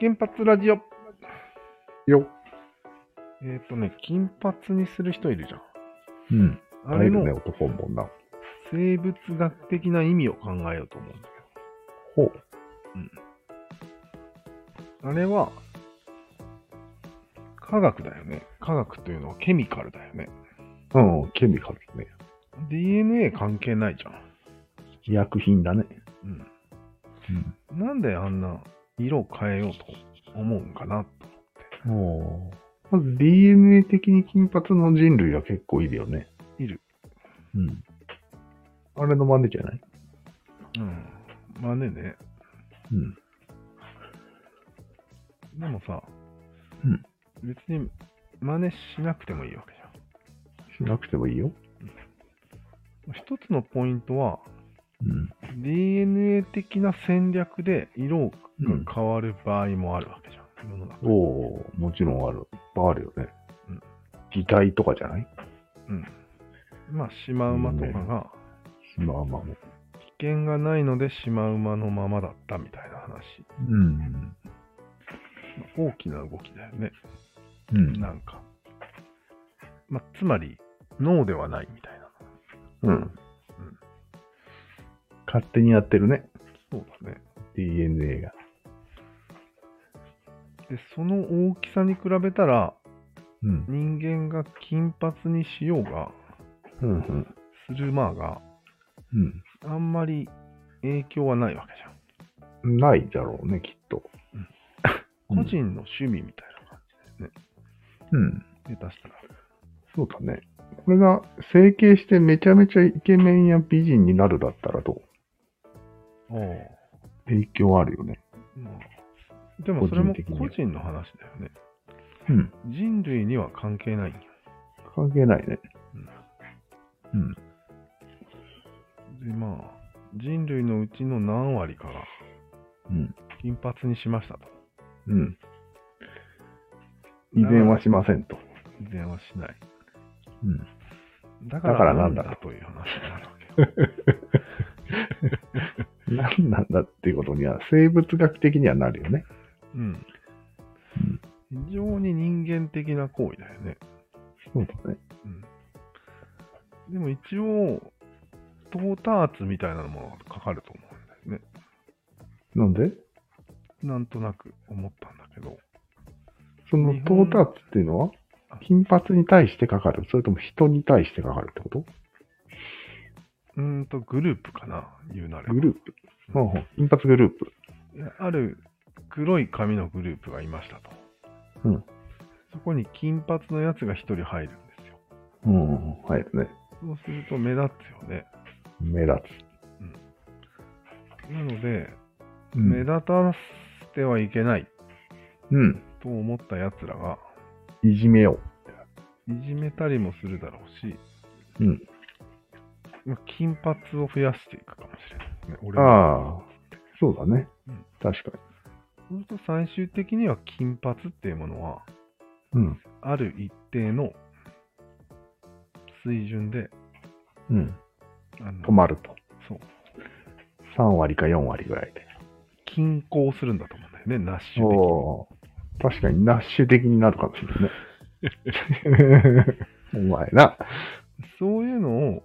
金髪ラジオ。よ。えっ、とね、金髪にする人いるじゃん。うん。ああれれのね、男もな。生物学的な意味を考えようと思うんだほう。けど。あれは、科学だよね。科学というのはケミカルだよね。うん、ケミカルね。 DNA 関係ないじゃん。医薬品だね。うん。うん。なんであんな色を変えようと思うんかなと。おまず DNA 的に金髪の人類は結構いるよね。いる。うん。あれの真似じゃないうん。まあねね。うん。でもさ、うん別に真似しなくてもいいわけじゃん。しなくてもいいよ。一つのポイントは、うん。 DNA 的な戦略で色うんが変わる場合もあるわけじゃん。世の中おおもちろんある。いっぱいあるよね。うん。擬態とかじゃないうん。まあ、シマウマとかが、シマウマも。危険がないのでシマウマのままだったみたいな話。うん。まあ大きな動きだよね。うん。なんか。まあ、つまり、脳ではないみたいな。うん。勝手にやってるね。そうだね。 DNA が。で、その大きさに比べたら、うん。人間が金髪にしようが、うん。うん。するまあが、うん。あんまり影響はないわけじゃん。ないだろうね、きっと。個人の趣味みたいな感じだようん。ね。下手したら。そうだね。これが整形してめちゃめちゃイケメンや美人になるだったらどうお影響あるよね。まあ、でもそれも個人的に個人の話だよね。うん。人類には関係ないんよ。関係ないね。うん。で、まあ、人類のうちの何割かがうん。金髪にしましたと。うん。依然はしませんと。依然はしない。うん。だからだからなんだという話になるわけよ。何なんだっていうことには、生物学的にはなるよね。うん。非常に人間的な行為だよね。そうだね。うん。でも一応、トーターツみたいなのもかかると思うんだよね。なんでなんとなく思ったんだけど、その日ト本ーターツっていうのは、金髪に対してかかるそれとも人に対してかかるってことうーんとグループかな、言うなればグループ。ほうほう。金髪グループ。いやある黒い髪のグループがいましたと。うんそこに金髪のやつが一人入るんですよ。うん。はいね。そうすると目立つよね。目立なので、つ。目立たせてはいけないうん。と思ったやつらが、いじめよいじめたりもするだろうし、う。うん。まあ金髪を増やしていくかもしれないですね。俺はああ、そうだね。うん確かそうすると最終的には金髪っていうものは、に。うん。ある一定の水準で、うん。あの止まると。そう3割か4割ぐらいで。均衡するんだと思うんだよね、ナッシュ的に。おー確かにナッシュ的になるかもしれない ね。お前な。そういうのを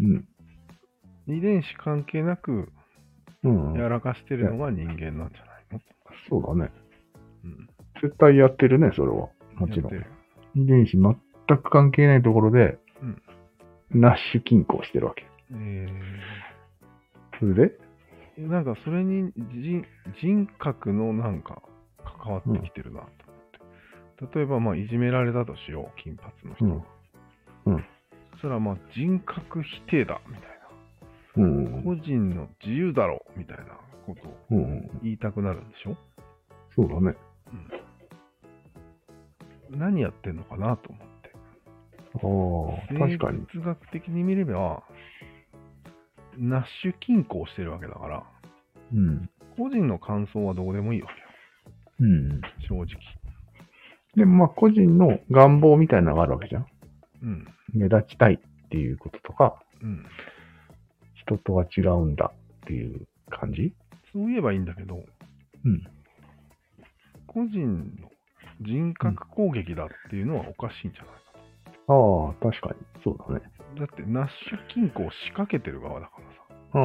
うん。遺伝子関係なくうん。やらかしてるのが人間なんじゃないの、そうだね。うん、絶対やってるね、それは。もちろやっん。てる遺伝子全く関係ないところで、うんナッシュ均衡してるわけ。それで、えー、なんかそれに人人格のなんか関わってきてるなと思って。例えば、まあ、いじめられたとしよう、金髪の人。うんそしたら、まあ、人格否定だ、みたいな。うん。個人の自由だろうみたいなことをうんうん。言いたくなるんでしょそうだね。何やってんのかなと思って。ああ、確かに。生物学的に見れば、ナッシュ均衡してるわけだから、うん。個人の感想はどうでもいいわうん。けよ、正直。でもまあ個人の願望みたいなのがあるわけじゃん。うん、目立ちたいっていうこととか、うん。人とは違うんだっていう感じそう言えばいいんだけど、うん個人の人格攻撃だっていうのはおかしいんじゃないかああ、確かに。そうだね。と、だって、ナッシュ均衡を仕掛けてる側だからさ、ああ、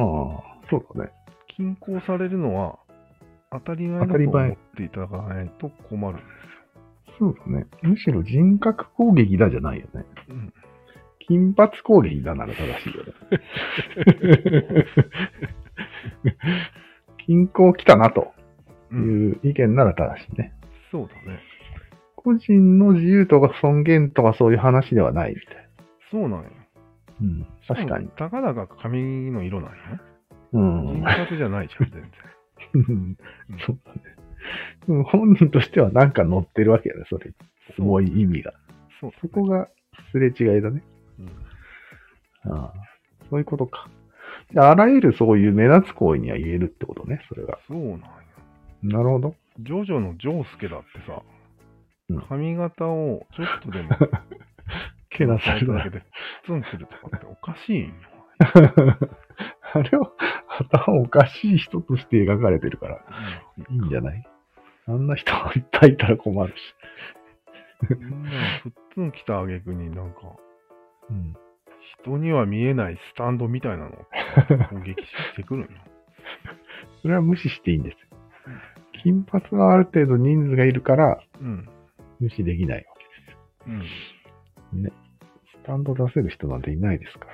そうだね。均衡されるのは当たり前だと思っていただかないと困るんでそうだね。むしろ人格攻撃だじゃないよね。すよ。うん、金髪攻撃だなら正しいよね。 均衡来たなという意見なら正しいね。そうだね。個人の自由とか尊厳とかそういう話ではないみたいな。そうなんよ。うん、確かにし。かもたかだか髪の色なんよ。う人ん。格じゃないじゃん、全然。そうだね。でも本人としてはなんか乗ってるわけだね、それ。 重い意味が。そうそこがすれ違いだね。うんああそういうことか。じゃああらゆるそういう目立つ行為には言えるってことね、それが。そうなんよ。なるほど。 ジョジョのジョースケだってさうん、髪型をちょっとで もけなされるるだなけ。でツンするとかっておかしいんよ。あれは頭おかしい人として描かれてるから、いいんじゃないないあんな人がいっぱいいたら困るし。みんなふっつん来た挙句になんか、うん、人には見えないスタンドみたいなのを攻撃してくる んよ。それは無視していいんですよ。金髪はある程度人数がいるからうん。無視できないわけですよ。うん。スタンド出せる人なんていないですから。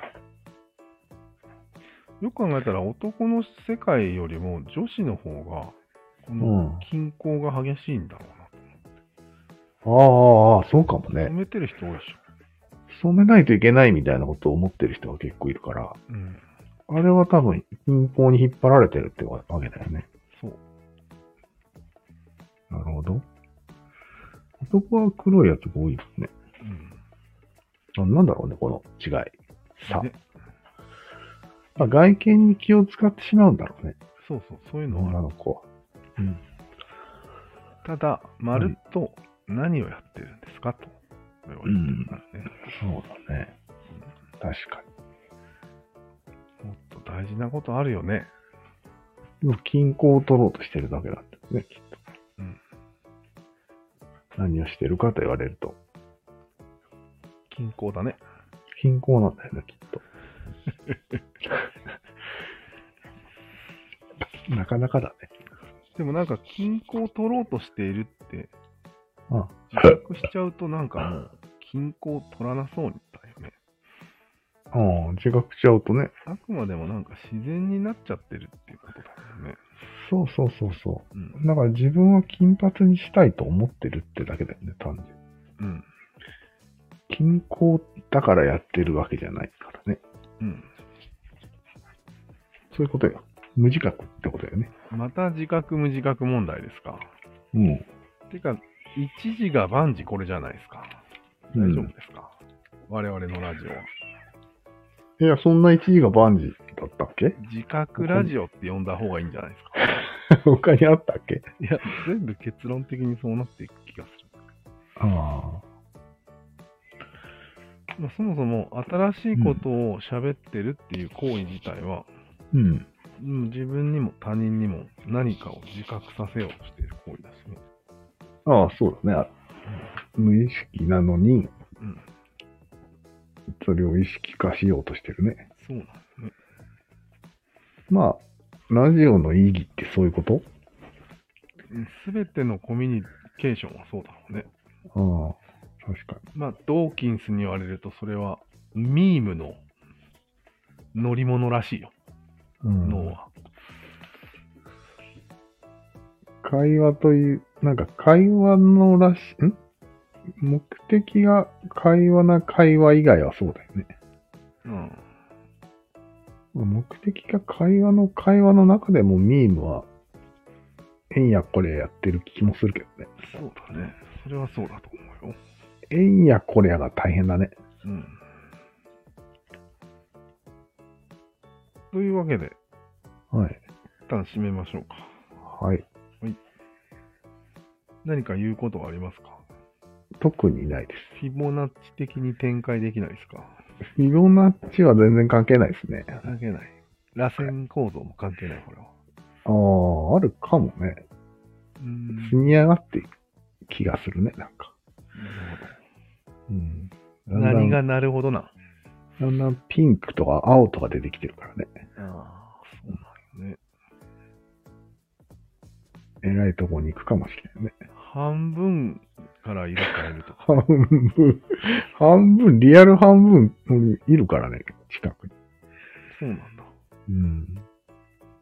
よく考えたら男の世界よりも女子の方が、こうのん均衡が激しいんだろうな。ああああ、そうかも止ね。めてる人多いでしょ。染めないといけないみたいなことを思ってる人が結構いるから、うん。あれは多分、貧乏に引っ張られてるってわけだよね。そう。なるほど。男は黒いやつが多いですね。うん。ななんだろうね、この違い。さでまあ、外見に気を使ってしまうんだろうね、そうそう、そういうのはある女の子は。うん、ただ、まるっと何をやってるんですかと。これは言ってるからね。そうだね。確かもっと大事なことあるよね。に。でも、均衡を取ろうとしてるだけなんですね、きっと。うん何をしてるかと言われると、均衡だね。均衡なんだよね、きっ と。なかなかだね。でもなんか均衡を取ろうとしているって、うん自覚しちゃうとなんかもう均衡を取らなそうだよね。うん、自覚しちゃうとね。あくまでもなんか自然になっちゃってるっていうことだよね。そうそうそうそうん。う。だから自分は金髪にしたいと思ってるってだけだよね、単純に。うん。均衡だからやってるわけじゃないからね。うん。そういうことよ。無自覚ってことよね。また自覚無自覚問題ですか。うん。てか、一時が万事これじゃないですか。大丈夫ですか、我々のラジオは。いや、そんな一時が万事だったっけ 自覚ラジオって呼んだ方がいいんじゃないですか。他にあったっけいや、全部結論的にそうなっていく気がする。あまあ、そもそも新しいことを喋ってるっていう行為自体は、あ。うん。うん自分にも他人にも何かを自覚させようとしている行為だしね。ああ、そうだねあ。無意識なのに、うん、それを意識化しようとしてるね。そうなんですね。まあ、ラジオの意義ってそういうことすべてのコミュニケーションはそうだろうね。ああ、確かまあ、ドーキンスに言われると、それはミームの乗り物らしいよ、に。うん脳は。会話という、なんか会話のらし、ん目的が会話な会話以外はそうだよね。うん。目的が会話の会話の中でもミームは、えんやこれやってる気もするけどね。そうだね。それはそうだと思うよ。えんやこれやが大変だね。うん。というわけで、はい。一旦締めましょうか。はい。何か言うことはありますか特にないです。フィボナッチ的に展開できないですかフィボナッチは全然関係ないですね。関係ない。螺旋構造も関係ない、これは。ああ、あるかもね。うん。積み上がっていく気がするね、なんか。なるうん。だほどんだん何がなるほどな。だんだんピンクとか青とか出てきてるからね。ああ、そうなんよね。えらいとこに行くかもしれないね。 半分から色変えるとか。半分、半分、リアル半分うんいるからね、近くに。そうなんだ。うん。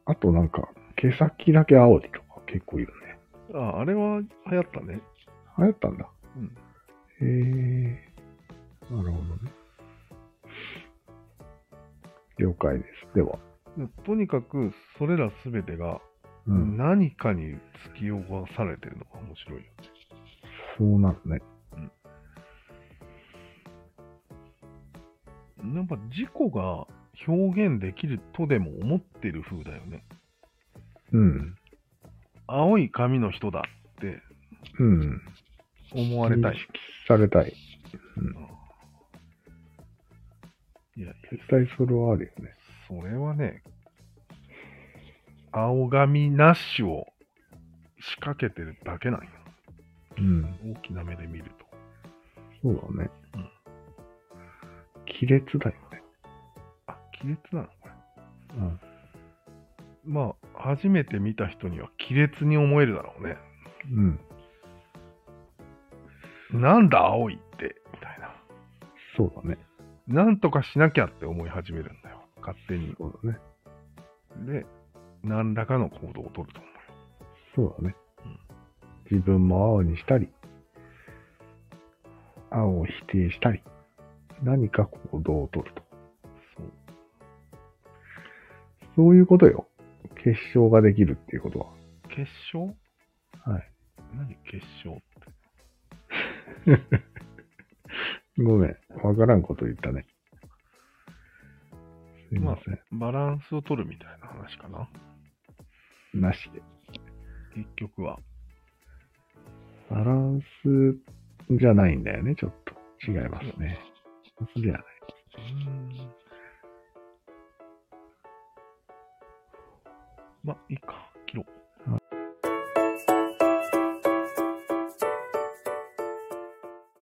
あとなんか、毛先だけ青でとか結構いるね。ああ、あれは流行ったね。流行ったんだ。うん。へえ。なるほどね。了解です。では。でとにかく、それらすべてがうん。何かに突き動かされてるのが面白いよね。そうなるね。なんか事故が表現できるとでも思ってる風だよね。うん。青い髪の人だってうん。思われたい認。識されたい。いや、絶対それはあるよね。それはね、青髪ナッシュを仕掛けてるだけなんよ。うん。大きな目で見ると。そうだねうん。亀裂だよね。あ、亀裂なのこれ。うん。まあ、初めて見た人には亀裂に思えるだろうね。うん。なんだ青いって、みたいな。そうだね。なんとかしなきゃって思い始めるんだよ。勝手に。そうだね。で、何らかの行動をとると思うよ。そうだねうん。自分も青にしたり、青を否定したり、何か行動をとると。そう。そういうことよ。結晶ができるっていうことは。決勝はい。何決勝って。ごめん。わからんこと言ったね。すいません。バランスを取るみたいな話かな。なしで。結局は。バランスじゃないんだよね、ちょっと。違いますね。バランスじゃない。うーん。ま、いいか。切ろう。